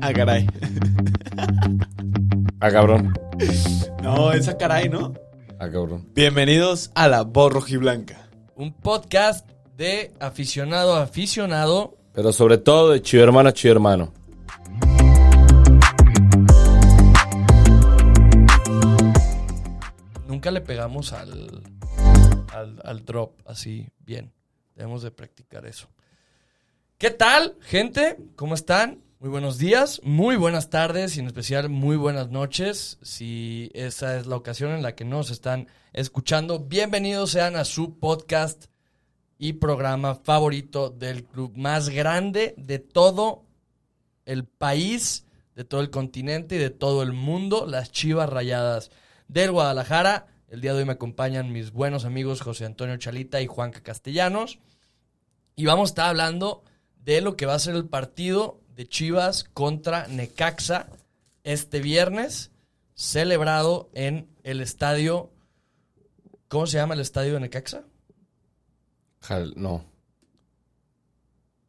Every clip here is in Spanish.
Ah, caray. Ah, cabrón. No, esa caray, ¿no? Ah, cabrón. Bienvenidos a la voz rojiblanca. Un podcast de aficionado a aficionado. Pero sobre todo de chido hermano a chido hermano. Nunca le pegamos al, al, al drop así bien. Debemos de practicar eso. ¿Qué tal, gente? ¿Cómo están? Muy buenos días, muy buenas tardes y en especial muy buenas noches. Si esa es la ocasión en la que nos están escuchando, bienvenidos sean a su podcast y programa favorito del club más grande de todo el país, de todo el continente y de todo el mundo, las Chivas Rayadas del Guadalajara. El día de hoy me acompañan mis buenos amigos José Antonio Chalita y Juanca Castellanos. Y vamos a estar hablando de lo que va a ser el partido de Chivas contra Necaxa este viernes, celebrado en el estadio. ¿Cómo se llama el estadio de Necaxa? Jal- no.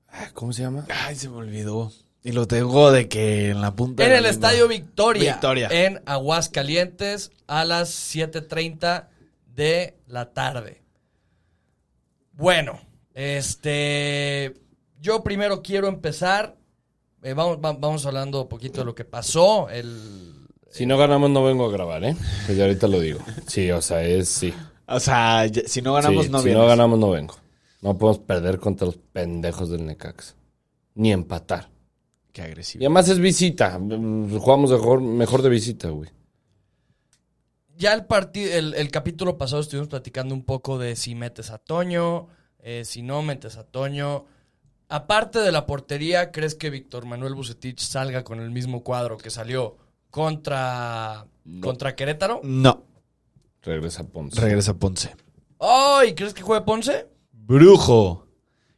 Ah, ¿Cómo se llama? Ay, se me olvidó. Y lo tengo de que en la punta. En de el la lengua. estadio Victoria, Victoria. en Aguascalientes, a las 7:30 de la tarde. Bueno, este. Yo primero quiero empezar. eh, vamos, va- vamos hablando un poquito de lo que pasó. El, Si no ganamos, no vengo a grabar, ¿eh? Pues ya ahorita lo digo. Sí, o sea, es sí. O sea, ya- si no ganamos, Sí, no si vienes. no ganamos, no vengo. No podemos perder contra los pendejos del Necax. Ni empatar. Qué Y agresivo. además es visita. Mm, Jugamos mejor, mejor de visita, güey. ya el, parti- el, el capítulo pasado estuvimos platicando un poco de si metes a Toño, eh, si no metes a Toño. Aparte de la portería, ¿crees que Víctor Manuel Bucetich salga con el mismo cuadro que salió contra, contra Querétaro? No, Regresa Ponce. regresa Ponce. ¡Ay! ¿Crees que juegue Ponce? Brujo.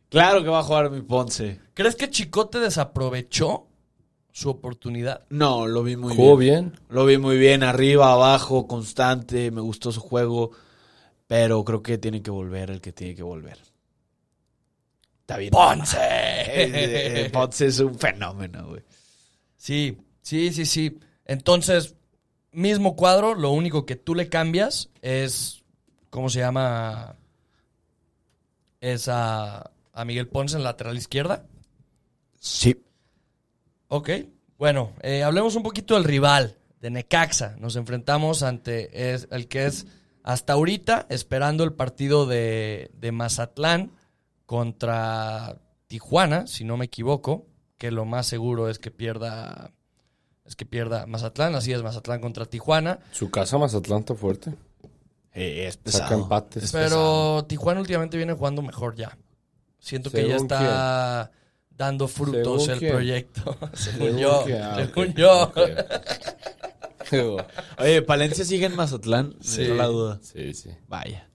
Claro que va a jugar mi Ponce. ¿Crees que Chicote desaprovechó su oportunidad? No, lo vi muy Jugó bien. bien. Lo vi muy bien, arriba, abajo, constante. Me gustó su juego. Pero creo que tiene que volver el que tiene que volver. Está bien. Eh, eh, ¡Ponce! Ponce es un fenómeno, güey. Sí, sí, sí, sí. Entonces, mismo cuadro, lo único que tú le cambias es, ¿cómo se llama? Es a, a Miguel Ponce en lateral izquierda. Sí. Ok, bueno, eh, hablemos un poquito del rival, de Necaxa. Nos enfrentamos ante es- el que es hasta ahorita esperando el partido de, de Mazatlán contra Tijuana, si no me equivoco, que lo más seguro es que pierda es que pierda Mazatlán, así es Mazatlán contra Tijuana, Su casa más Atlanta fuerte. Eh, es pesado. Saca empates. Es pesado. pero Tijuana últimamente viene jugando mejor ya. Siento que ya Según está dando frutos Según el quién. proyecto, según Según yo, que- ah, según ok, yo. ok. Oye, Palencia sigue en Mazatlán. Sí. No la duda. sí, sí. Vaya.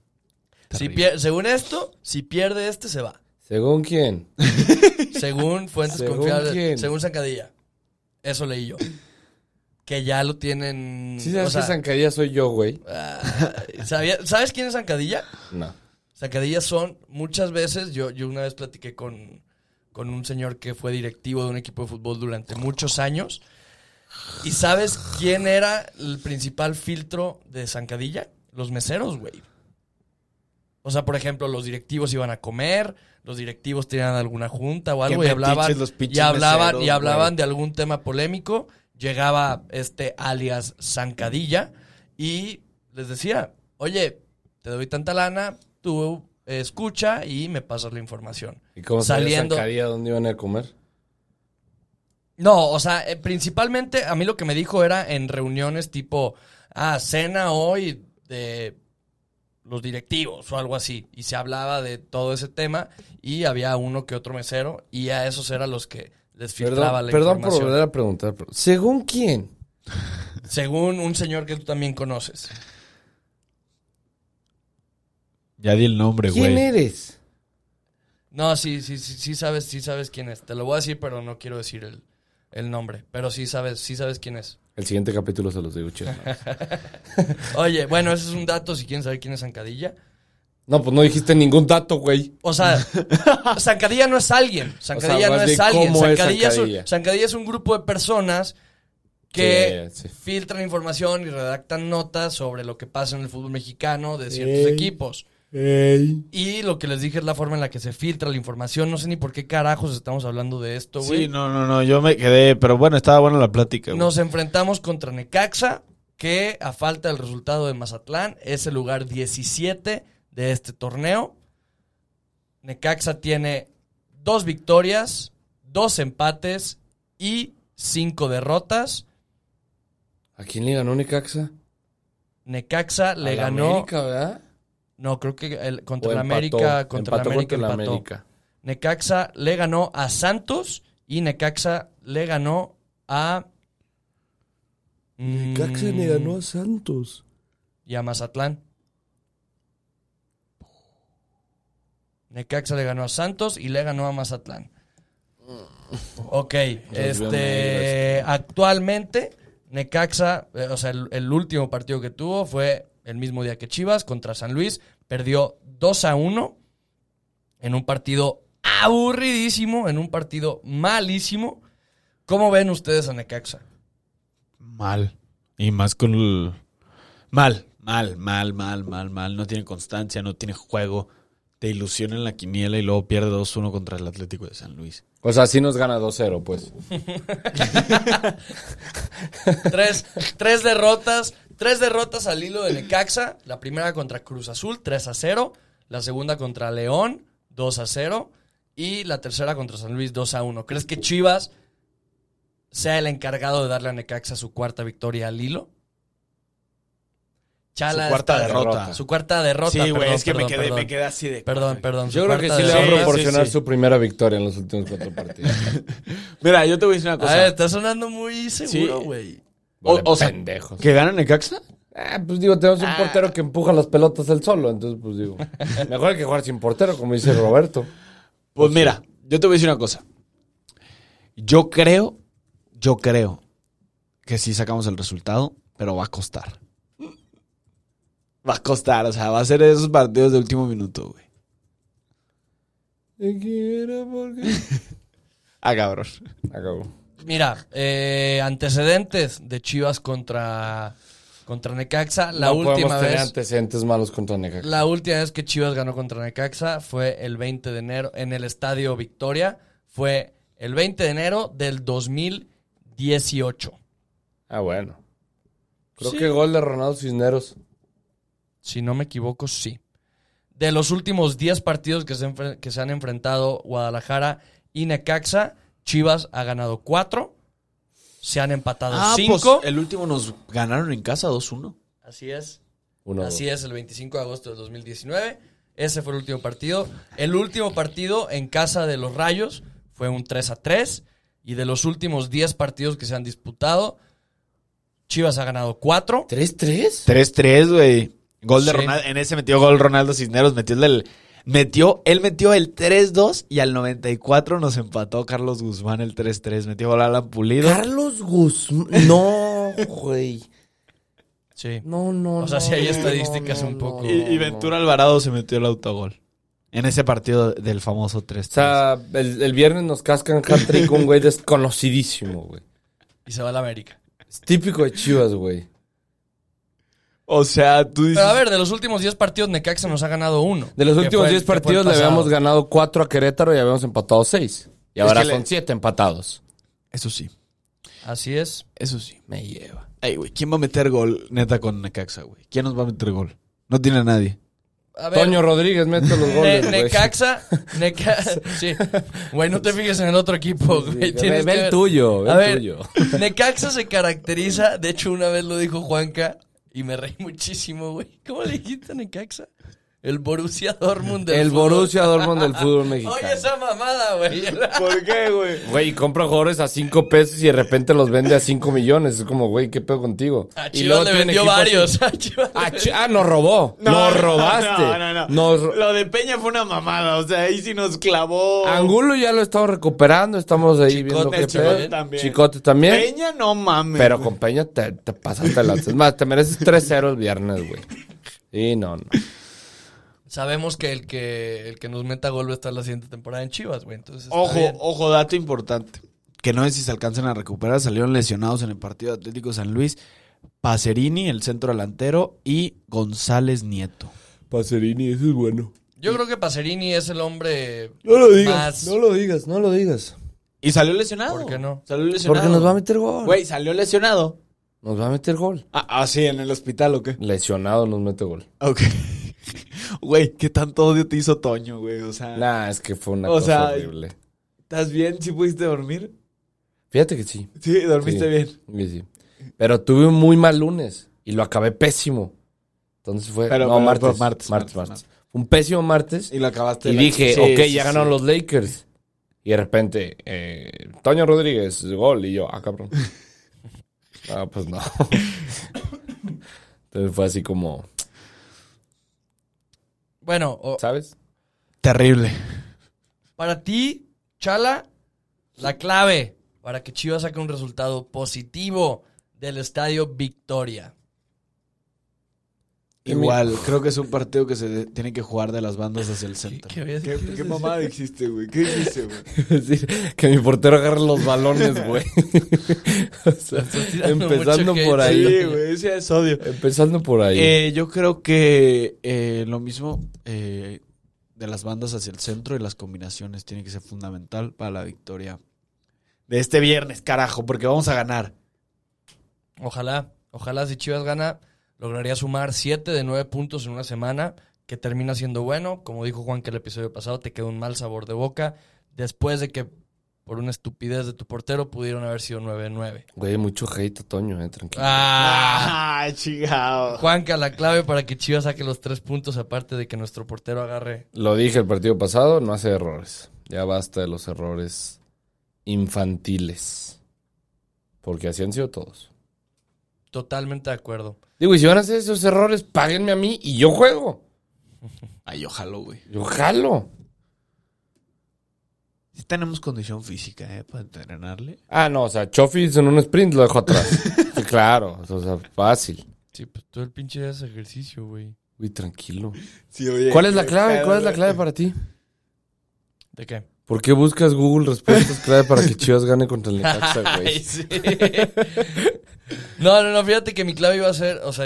Si Terrible. pier- según esto, si pierde este, se va. ¿Según quién? Según fuentes ¿Según confiables. quién? Según Zancadilla. Eso leí yo. Que ya lo tienen. Sí, sabes o sea, que Zancadilla soy yo, güey. Ah, ¿sabía- ¿Sabes quién es Zancadilla? No. Zancadilla son muchas veces. Yo, yo una vez platiqué con, con un señor que fue directivo de un equipo de fútbol durante muchos años. ¿Y sabes quién era el principal filtro de Zancadilla? Los meseros, güey. O sea, por ejemplo, los directivos iban a comer, los directivos tenían alguna junta o algo y metiches hablaban, los pinches y hablaban, y meseros, hablaban de algún tema polémico. Llegaba este alias Zancadilla y les decía, oye, te doy tanta lana, tú eh, escucha y me pasas la información. ¿Y cómo Saliendo. saliendo Zancadilla dónde iban a comer? No, o sea, eh, principalmente a mí lo que me dijo era en reuniones tipo, ah, cena hoy de los directivos o algo así. Y se hablaba de todo ese tema y había uno que otro mesero y a esos eran los que les filtraba Perdón, la perdón por información. volver a preguntar. pero ¿Según quién? Según un señor que tú también conoces. Ya di el nombre, ¿Quién eres? No, sí, sí, sí, sí sabes, sí sabes quién es. Te lo voy a decir, pero no quiero decir el, el nombre. Pero sí sabes, sí sabes quién es. El siguiente capítulo se los digo, chido. Oye, bueno, ese es un dato si quieren saber quién es Zancadilla. No, pues no dijiste ningún dato, güey. O sea, zancadilla no es alguien. Zancadilla O sea, más no es bien, alguien. ¿cómo es Zancadilla es, un- zancadilla? zancadilla es un grupo de personas que Sí, sí. filtran información y redactan notas sobre lo que pasa en el fútbol mexicano de ciertos Ey. equipos. Y lo que les dije es la forma en la que se filtra la información. No sé ni por qué carajos estamos hablando de esto, güey. Sí, no, no, no, yo me quedé, pero bueno, estaba buena la plática. güey. Nos enfrentamos contra Necaxa, que a falta del resultado de Mazatlán es el lugar 17 de este torneo. Necaxa tiene dos victorias, dos empates y cinco derrotas. ¿A quién le ganó Necaxa? Necaxa le A la ganó. América, ¿verdad? No, creo que el, contra O la empató. América. Contra Empató la América, contra la empató. América. Necaxa le ganó a Santos y Necaxa le ganó a. Necaxa le Mm, ganó a Santos. y a Mazatlán. Necaxa le ganó a Santos y le ganó a Mazatlán. Ok, este, actualmente Necaxa, eh, o sea, el, el último partido que tuvo fue el mismo día que Chivas contra San Luis, perdió 2 a 1 en un partido aburridísimo, en un partido malísimo. ¿Cómo ven ustedes a Necaxa? Mal. Y más con el... Mal, mal, mal, mal, mal, mal. No tiene constancia, no tiene juego. Te ilusiona en la quiniela y luego pierde 2-1 contra el Atlético de San Luis. O sea, sí nos gana 2-0, pues. tres, tres derrotas, tres derrotas al hilo de Necaxa. La primera contra Cruz Azul, 3 a 0. La segunda contra León, 2 a 0. Y la tercera contra San Luis, 2 a 1. ¿Crees que Chivas sea el encargado de darle a Necaxa su cuarta victoria al hilo? Chala Su cuarta está- derrota. Su cuarta derrota. sí, güey, perdón, es que perdón, me, quedé, perdón. me quedé así de... Perdón, perdón, su Yo creo que cuarta sí le va a derrota. Sí, proporcionar sí, sí. su primera victoria en los últimos cuatro partidos. Mira, yo te voy a decir una A cosa. ver, está sonando muy seguro, Sí. güey. O- o sea, pendejos. ¿Que gana Necaxa? Ah, pues digo, tenemos un portero que empuja las pelotas él solo, entonces pues digo, mejor hay que jugar sin portero, como dice Roberto. Pues mira, yo te voy a decir una cosa. Yo creo, yo creo que sí sacamos el resultado, pero va a costar. Va a costar, o sea, va a ser esos partidos de último minuto, güey. Te quiero porque... Ah, cabrón. Acabó. Mira, eh, antecedentes de Chivas contra, contra Necaxa. La no última podemos tener vez. antecedentes malos contra Necaxa. La última vez que Chivas ganó contra Necaxa fue el 20 de enero en el Estadio Victoria. Fue el 20 de enero del 2018. Ah, bueno. Creo Sí. que gol de Ronaldo Cisneros. Si no me equivoco, sí. De los últimos 10 partidos que se, enfre- que se han enfrentado Guadalajara y Necaxa, Chivas ha ganado 4. Se han empatado Ah, 5. pues el último nos ganaron en casa 2-1. Así es. Uno, Así dos. es, el 25 de agosto del 2019. Ese fue el último partido. El último partido en casa de los Rayos fue un 3 a 3. Y de los últimos 10 partidos que se han disputado, Chivas ha ganado 4. ¿3-3? 3-3, güey. Gol de Sí. Ronaldo. En ese metió gol Ronaldo Cisneros. Metió el. del- Metió, él metió el 3-2 y al 94 nos empató Carlos Guzmán el 3-3. Metió gol Alan Pulido. Carlos Guzmán. No, güey. Sí. No, no, O sea, no, sí hay no, estadísticas un poco. Y, y Ventura Alvarado se metió el autogol. En ese partido del famoso O 3-3. sea, el, el viernes nos cascan hat-trick un güey desconocidísimo, güey. Y se va a la América. Es típico de Chivas, güey. O sea, tú dices. Pero a ver, de los últimos 10 partidos, Necaxa nos ha ganado 1. De los últimos 10 partidos le habíamos ganado 4 a Querétaro y habíamos empatado 6. Y Es ahora que le- son 7 empatados. Eso sí, Así es. eso sí. Me lleva. Ey, güey, ¿quién va a meter gol neta con Necaxa, güey? ¿Quién nos va a meter gol? No tiene a nadie. A ver, Toño Rodríguez mete los Ne- goles, güey. Necaxa, Necaxa, sí. Güey, no te fijes en el otro equipo, güey. Ve- Tienes que Ve el ver. tuyo, ve A el ver, tuyo. Necaxa se caracteriza, de hecho una vez lo dijo Juanca y me reí muchísimo, güey. ¿Cómo le dijiste a Necaxa? El Borussia Dortmund del El fútbol. Borussia Dortmund del fútbol mexicano. Oye, esa mamada, güey. ¿Por qué, güey? Güey, compra jugadores a 5 pesos y de repente los vende a 5 millones. Es como, güey, ¿qué pedo contigo? A Y luego Chivas le tienen vendió equipos- varios. A Chivas le Ah, Chi- ah, nos robó. nos robaste. No, no, no. Nos- Lo de Peña fue una mamada. O sea, ahí sí nos clavó. Angulo ya lo estamos recuperando. Estamos ahí Chicote, viendo qué Chicote pedo. también. Chicote también. Peña no mames. Pero con Peña te, te pasaste las. Es más, te mereces 3-0 el viernes, güey. Sí, no, no. vendió- sabemos que el que, el que nos meta gol va a estar la siguiente temporada en Chivas, güey. Entonces, está Ojo, bien. ojo, dato importante. Que no sé si se alcanzan a recuperar. Salieron lesionados en el partido de Atlético San Luis. Pacerini, el centro delantero, y González Nieto. Pacerini, ese es bueno. Yo creo que Pacerini es el hombre No lo digas, más... no lo digas, no lo digas. Y salió lesionado. ¿Por qué no? Salió lesionado. Porque nos va a meter gol. Güey, salió lesionado. Nos va a meter gol. Ah, ah, sí, en el hospital o qué. Lesionado nos mete gol. Ok. Güey, qué tanto odio te hizo Toño, güey. O sea, Nah, es que fue una O cosa sea, horrible. ¿estás bien? ¿Sí pudiste dormir? Fíjate que sí. Sí, dormiste Sí. bien. Sí, sí. Pero tuve un muy mal lunes y lo acabé pésimo. Entonces fue. Pero- no, pero- martes, pero martes, martes, martes, martes, Un pésimo martes. Y lo acabaste. Y la- dije, Sí, ok, sí, ya sí. ganaron los Lakers. Y de repente, eh, Toño Rodríguez, gol. Y yo, ah, cabrón. ah, pues no. Entonces fue así como, Bueno, o- ¿sabes? Terrible. para ti, Chala, la clave para que Chivas saque un resultado positivo del Estadio Victoria. Que me- Igual, creo que es un partido que se de- tiene que jugar de las bandas hacia el centro. qué habías- qué habías- mamada dijiste, güey? ¿Qué dijiste, güey? Es decir, que mi portero agarre los balones, güey. O sea, tirando empezando mucho por hate. ahí. Sí, güey, ese es odio. Empezando por ahí. Eh, yo creo que eh, lo mismo eh, de las bandas hacia el centro y las combinaciones tiene que ser fundamental para la victoria de este viernes, carajo, porque vamos a ganar. Ojalá, ojalá si Chivas gana, lograría sumar 7 de 9 puntos en una semana, que termina siendo bueno. Como dijo Juan que el episodio pasado te quedó un mal sabor de boca después de que por una estupidez de tu portero pudieron haber sido 9 de 9. Güey, mucho hate a Toño, eh, tranquilo. ¡Ah! chingado! Juanca, la clave para que Chivas saque los tres puntos, aparte de que nuestro portero agarre. Lo dije el partido pasado, no hace errores. Ya basta de los errores infantiles. Porque así han sido todos. Totalmente de acuerdo. Digo, y si van a hacer esos errores, páguenme a mí y yo juego. Ay, ojalá, güey. Yo jalo. Sí tenemos condición física, ¿eh? Para entrenarle. Ah, no, o sea, Chofis en un sprint lo dejo atrás. Sí, claro, o sea, fácil. Sí, pues todo el pinche ese ejercicio, güey. Uy, tranquilo. Sí, oye. ¿Cuál es la clave? ¿Cuál es la clave para ti? ¿De qué? ¿Por qué buscas Google respuestas clave para que Chivas gane contra el Necaxa, Ay, güey? sí. no, no, no, fíjate que mi clave iba a ser, o sea,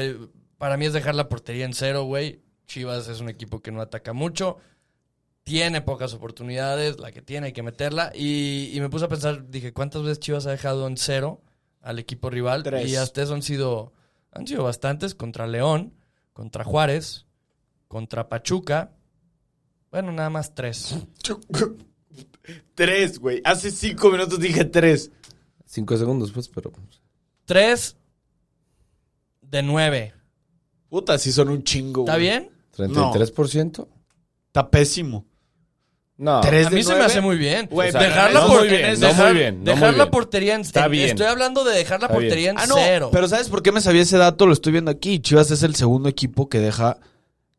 para mí es dejar la portería en cero, güey. Chivas es un equipo que no ataca mucho, tiene pocas oportunidades, la que tiene hay que meterla. Y, y me puse a pensar, dije, ¿cuántas veces Chivas ha dejado en cero al equipo rival? Tres. Y hasta eso han sido, han sido bastantes contra León, contra Juárez, contra Pachuca. Bueno, nada más tres. Tres, güey. Hace cinco minutos dije tres. Cinco segundos, pues, pero... Tres de nueve. Puta, sí son un chingo, ¿Está güey. bien? ¿33%? Está pésimo. No. Tres A mí de se me nueve. hace muy bien. Güey, O sea, pero dejar la no por- muy bien, no dejar- muy bien, no dejar muy la bien. portería en Está en- bien. Estoy hablando de dejar la Está bien. portería en Ah, no, cero. pero ¿sabes por qué me sabía ese dato? Lo estoy viendo aquí. Chivas es el segundo equipo que deja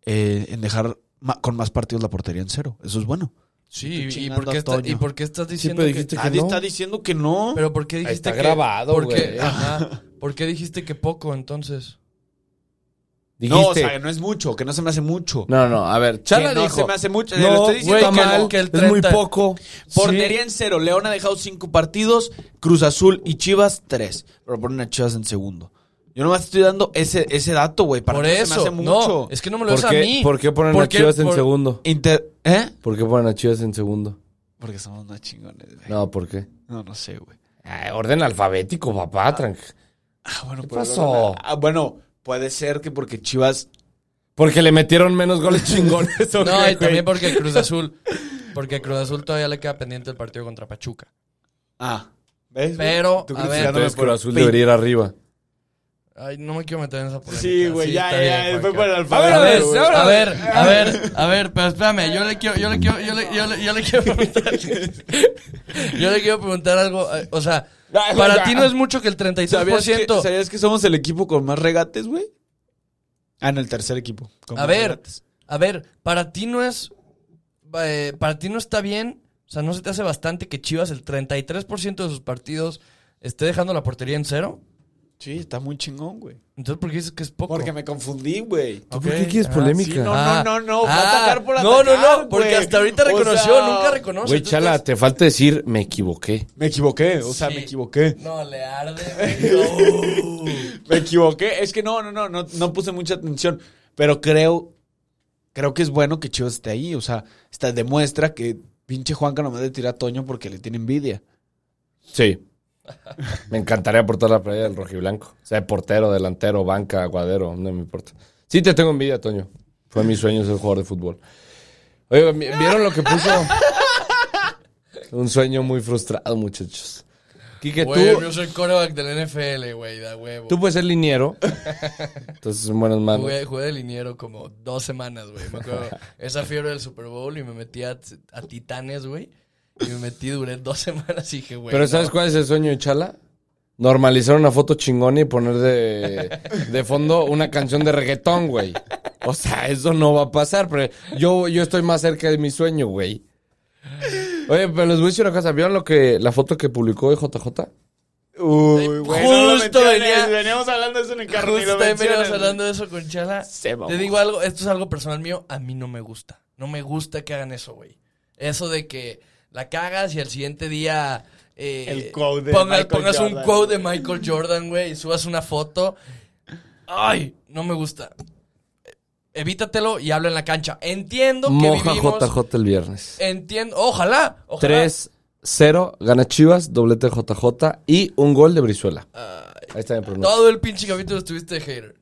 eh, en dejar ma- con más partidos la portería en cero. Eso es bueno. sí, Estoy y- ¿y chingando por, qué a está- Toño. ¿y por qué estás diciendo pero que- dijiste- Nadie no. está diciendo que no. Pero ¿por qué dijiste está que... grabado, por qué- güey. ajá. ¿Por qué dijiste que poco, entonces? Dijiste... no, o sea, que no es mucho, que no se me hace mucho. No, no, a ver, Que Chala no dijo. se me hace mucho. No, Lo estoy diciendo güey, que que no. no, que el es muy 30. poco. Portería en cero. León ha dejado cinco partidos, Cruz Azul y Chivas tres. Pero ponen a Chivas en segundo. Yo nomás estoy dando ese, ese dato, güey. Para por mí no eso. se me hace no, mucho. es que no me lo ¿Por des a mí. qué, por qué ponen a ¿Por qué- Chivas en por- segundo? Inter- ¿Eh? ¿Por qué ponen a Chivas en segundo? Porque somos más chingones, güey. No, ¿por qué? No, no sé, güey. orden alfabético, papá, tranqui- Ah, bueno, ¿Qué pero- pasó? Ah, bueno, puede ser que porque Chivas Porque le metieron menos goles chingones. ¿o No, qué, y güey? también porque Cruz Azul... Porque Cruz Azul todavía le queda pendiente el partido contra Pachuca. Ah. ¿Ves? güey? Pero, Tú a ver. criticándome Entonces por Cruz Azul pin- debería ir arriba. Ay, no me quiero meter en esa polémica. Sí, güey, ya, está ya, bien, fue Juanca. por el A ver, alfabeto. a ver, güey. a ver, a ver, a ver, pero espérame, yo le quiero, yo le quiero, yo le, yo le- yo le quiero preguntar. Yo le quiero preguntar algo, eh, o sea, para ti no es mucho que el ¿Sabías que, 33%. sabías que somos el equipo con más regates, güey? Ah, en el tercer equipo. con A más ver, regates. a ver, para ti no es, eh, para ti no está bien, o sea, no se te hace bastante que Chivas el 33% de sus partidos esté dejando la portería en cero. Sí, está muy chingón, güey. Entonces, ¿por qué dices que es poco? Porque me confundí, güey. ¿Tú Ok. por qué quieres Ah, polémica? sí, no, no, no, no, fue Ah, atacar por No, no, atacar, no, porque güey. hasta ahorita O reconoció, sea, nunca reconoce. Güey, Tú chala, estás- te falta decir me equivoqué. Me equivoqué, o sea, Sí. me equivoqué. No, le arde. güey. No. Me equivoqué. Es que no, no, no, no, no puse mucha atención. Pero creo, creo que es bueno que Chivas esté ahí. O sea, esta demuestra que pinche Juanca nomás de tirar a Toño porque le tiene envidia. Sí. Me encantaría portar la playa del rojiblanco. O sea, portero, delantero, banca, aguadero, no me importa. Sí, te tengo envidia, Toño. Fue mi sueño ser jugador de fútbol. Oye, ¿vi- ¿vieron lo que puso? Un sueño muy frustrado, muchachos. Quique, tú, Güey, yo soy coreback del NFL, güey, da huevo. tú puedes ser liniero. Entonces, son buenas manos. Jugué, jugué de liniero como dos semanas, güey. Me acuerdo esa fiebre del Super Bowl y me metí a, a Titanes, güey. Y me metí, duré dos semanas y dije, güey. Pero no. ¿sabes cuál es el sueño de Chala? Normalizar una foto chingona y poner de, de fondo una canción de reggaetón, güey. O sea, eso no va a pasar, pero yo, yo estoy más cerca de mi sueño, güey. Oye, pero les voy a decir una cosa. ¿Vieron lo que, la foto que publicó de JJ? Uy, güey, no lo Justo menciones, venía- veníamos hablando de eso en el Justo también veníamos hablando de eso con Chala. Se mamó. Te digo algo, esto es algo personal mío, a mí no me gusta. No me gusta que hagan eso, güey. Eso de que la cagas y al siguiente día... eh, El quote de pongas, Michael pongas un Jordan. quote de Michael Jordan, güey, y subas una foto. Ay, no me gusta. Evítatelo y habla en la cancha. Entiendo que Moja vivimos... JJ el viernes. Entiendo, ojalá, ojalá. 3-0, gana Chivas, doblete de JJ y un gol de Brizuela. Ay, Ahí está mi pronóstico. todo el pinche capítulo estuviste de hater.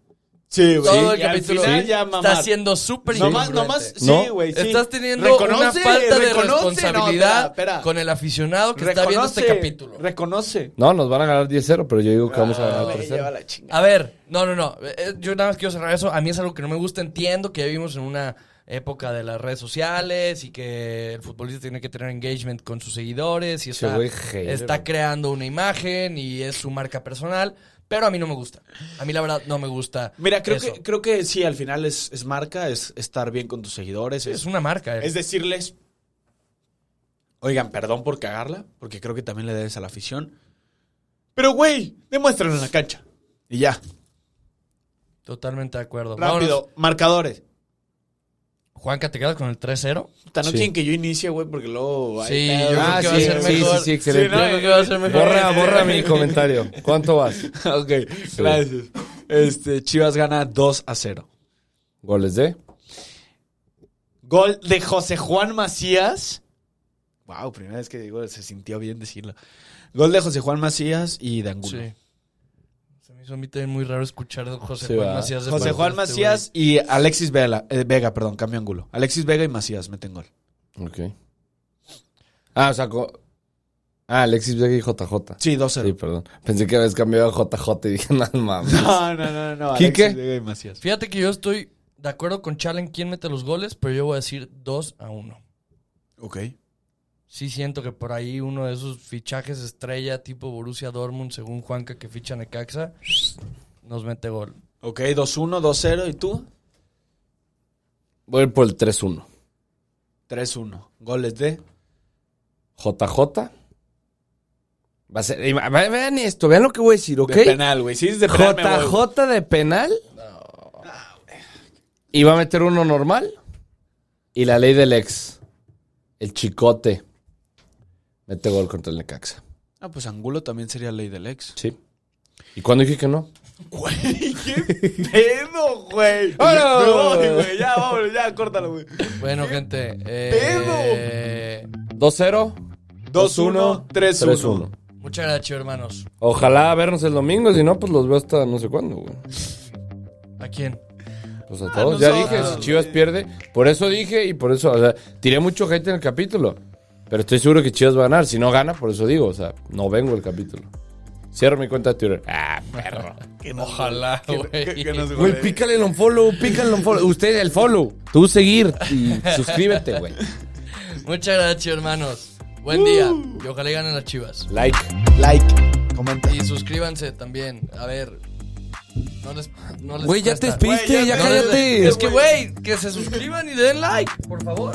Sí, güey. Todo el Y al capítulo final ya mamar. está siendo súper Nomás, incongruente. nomás, ¿No? sí, güey. sí. Estás teniendo una Reconoce, falta de reconoce, no, responsabilidad espera, espera. con el aficionado que está viendo este Reconoce, capítulo. Reconoce. No, nos van a ganar 10-0, pero yo digo que vamos a Ah, ganar güey, 3-0. lleva la chingada. A ver, no, no, no. Eh, eh, Yo nada más quiero cerrar eso. A mí es algo que no me gusta. Entiendo que vivimos en una época de las redes sociales y que el futbolista tiene que tener engagement con sus seguidores y Che, está, güey, hater. está creando una imagen y es su marca personal. Pero a mí no me gusta. A mí la verdad no me gusta. Mira, creo eso. que, creo que sí, al final es, es marca, es estar bien con tus seguidores, Sí, es, es una marca. eh. es decirles, oigan, perdón por cagarla, porque creo que también le debes a la afición, pero güey, demuéstralo en la cancha. Y ya, Totalmente de acuerdo. rápido, Vámonos. marcadores. Juanca, ¿te quedas con el 3-0? Puta, no Sí. quieren que yo inicie, güey, porque luego... hay Sí, pedos. yo creo Ah, que va a sí, ser sí, mejor. sí, sí, excelente. Yo creo que va a ser mejor. Borra, borra mi comentario. ¿Cuánto vas? ok, gracias. Este, Chivas gana 2 a 0. Goles de. Gol de José Juan Macías. Wow, primera vez que digo, se sintió bien decirlo. Gol de José Juan Macías y de Angulo. Sí. Se me hizo a mí también muy raro escuchar a José Sí, Juan ¿verdad? Macías. de José parte Juan de este Macías y Alexis Vela, eh, Vega, perdón, cambio ángulo. Alexis Vega y Macías meten gol. Ok. Ah, o sea, co- ah, Alexis Vega y JJ. Sí, Sí, 2-0. perdón. Pensé que habías cambiado a JJ y dije, no mames. No, no, no, no. ¿Quique? Alexis Vega y Macías. güey. Fíjate que yo estoy de acuerdo con Chala en quién mete los goles, pero yo voy a decir 2 a 1. Ok. Sí siento que por ahí uno de esos fichajes estrella tipo Borussia Dortmund, según Juanca, que ficha Necaxa, nos mete gol. Ok, 2-1, 2-0. ¿Y tú? Voy a ir por el 3-1. 3-1. Goles de. JJ. Va a ser. y va- va- Vean esto, vean lo que voy a decir, ¿ok? De penal, güey. Sí, es de penal. me voy, güey. JJ de penal. Y va a meter uno normal. Y la ley del ex. El chicote. Mete gol contra el Necaxa. Ah, pues Angulo también sería ley del ex. Sí. ¿Y cuándo dije que no? Güey, qué pedo, güey. Vámonos. Me voy, güey. Ya, vámonos, ya, córtalo, güey. Bueno, gente. Eh, pedo? 2-0. 2-1, 3-1. 3-1. muchas gracias, hermanos. Ojalá vernos el domingo, si no, pues los veo hasta no sé cuándo, güey. ¿A quién? Pues a todos. nosotros, ya dije, si güey. Chivas pierde, por eso dije y por eso, o sea, tiré mucho hate en el capítulo. Pero estoy seguro que Chivas va a ganar. Si no gana, por eso digo, o sea, no vengo el capítulo. Cierro mi cuenta de Twitter. Ah, perro. Ojalá, güey. Güey, pícale el unfollow, pícale el unfollow. Usted el follow. Tú seguir y suscríbete, güey. Muchas gracias, hermanos. Buen día. Y ojalá y ganen las chivas. Like. Like, comenta. Y suscríbanse también. A ver. No les. No les Güey, ya te cuesta. despediste, Güey, ya ya No les- cállate. Es que, güey, que se suscriban y den like, por favor.